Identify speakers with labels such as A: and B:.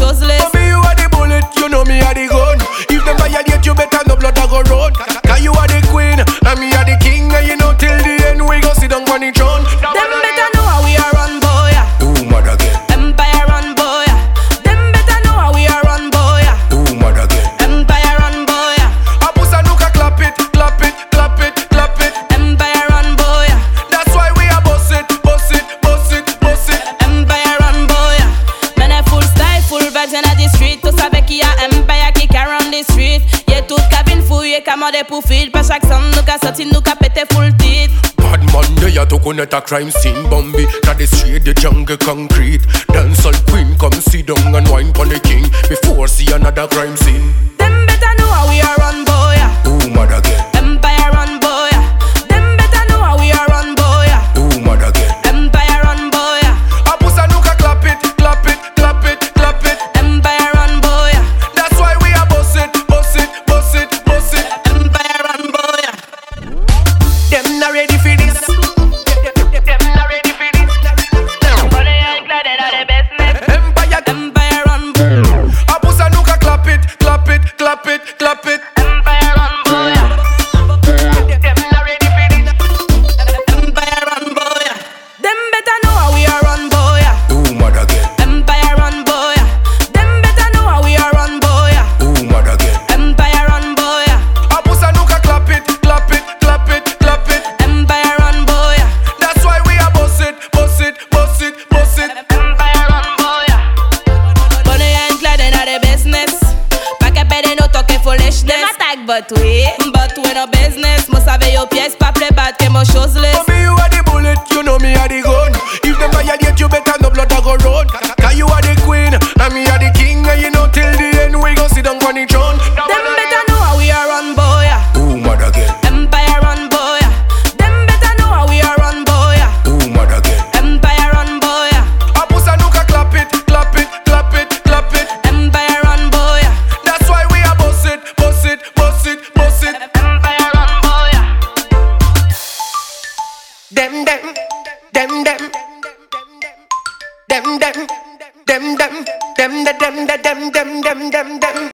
A: useless.
B: For me, you are the bullet, you know me are the gun. If them violate, you better no blood I go road. Cause you are the queen, and me are the king, and you know till the end we go sit down on the throne.
A: Them better know how we are run, boy. yeah.
B: Ooh, mad again.
A: Empire run, boy. yeah. Them better know how we are run, boy. yeah.
B: Ooh, mad again.
A: Empire run, boy. yeah.
B: A pussy nuka clap it, clap it, clap it, clap it.
A: Empire run, boy. yeah.
B: That's why we are boss it, boss it, boss it, boss it.
A: Empire run, boy. yeah. Man, I full style, full vibes in the street. Tout ça avec qui a empire qui around the street. Y'a toute cabine fouillée, commandée pour feed. Pas chaque sang, nous qu'a sorti, nous qu'a pété full titre.
B: Bad man, they are to connect a crime scene Bambi, that is straight the jungle concrete Dancehall queen, come sit down and wine pon the king Before see another crime scene
A: Them better know how we are run, boy. yeah.
B: Ooh, mad again,
A: Empire run, boy. yeah. Them better know how we are run, boy. yeah.
B: ooh, mad again
A: Empire run, boy. ah. yeah.
B: A pussy nuka clap it, clap it, clap it, clap it
A: Empire run, boy. ah. yeah.
B: That's why we are boss it, boss it, boss it, boss it
A: Empire run, boy. yeah.
B: Them not ready for this
C: Por ella el clare era de business.
B: Empire,
A: Empire run, boy.
B: a pussy nuka clap it, clap it, clap it, clap it
C: Empire run, boy.
A: Empire run, boy. yeah. Them better know how we are run, boy. yeah.
B: Ooh, mad again,
A: Empire run boy, them better know how we are run boy.
B: ooh, mad again
A: Empire run boy,
B: A pussy nuka clap it, clap it, clap it, clap it
A: empire run boy,
B: That's why we are boss it, boss it, boss it, boss it.
C: Empire run, boy.
A: Bonne and glad in the business. Pas qu'à peine nous toquer foolishness. attaque, but we, but we no business. Moi savais yo pièce, pas play bad que mon chose
B: For me, you are the bullet, you know me are the gun. If them violate, you better no blood I go road. Cause you are the queen, and me are the king, and you know till the end we go sit down on the throne.
A: Them better know how we are run boy,
B: Ooh, mad again,
A: empire run boy, them better know how we are run boy,
B: ooh, mad again.
A: empire run boy,
B: A pussy nuka clap it, clap it, clap it, clap it.
A: empire run boy.
B: That's why we are boss it, boss it, boss it, boss it.
C: Empire run, boy.
B: Dem dem dem dem dem dem dem dem dem dem dem dem dem dem dem dem dem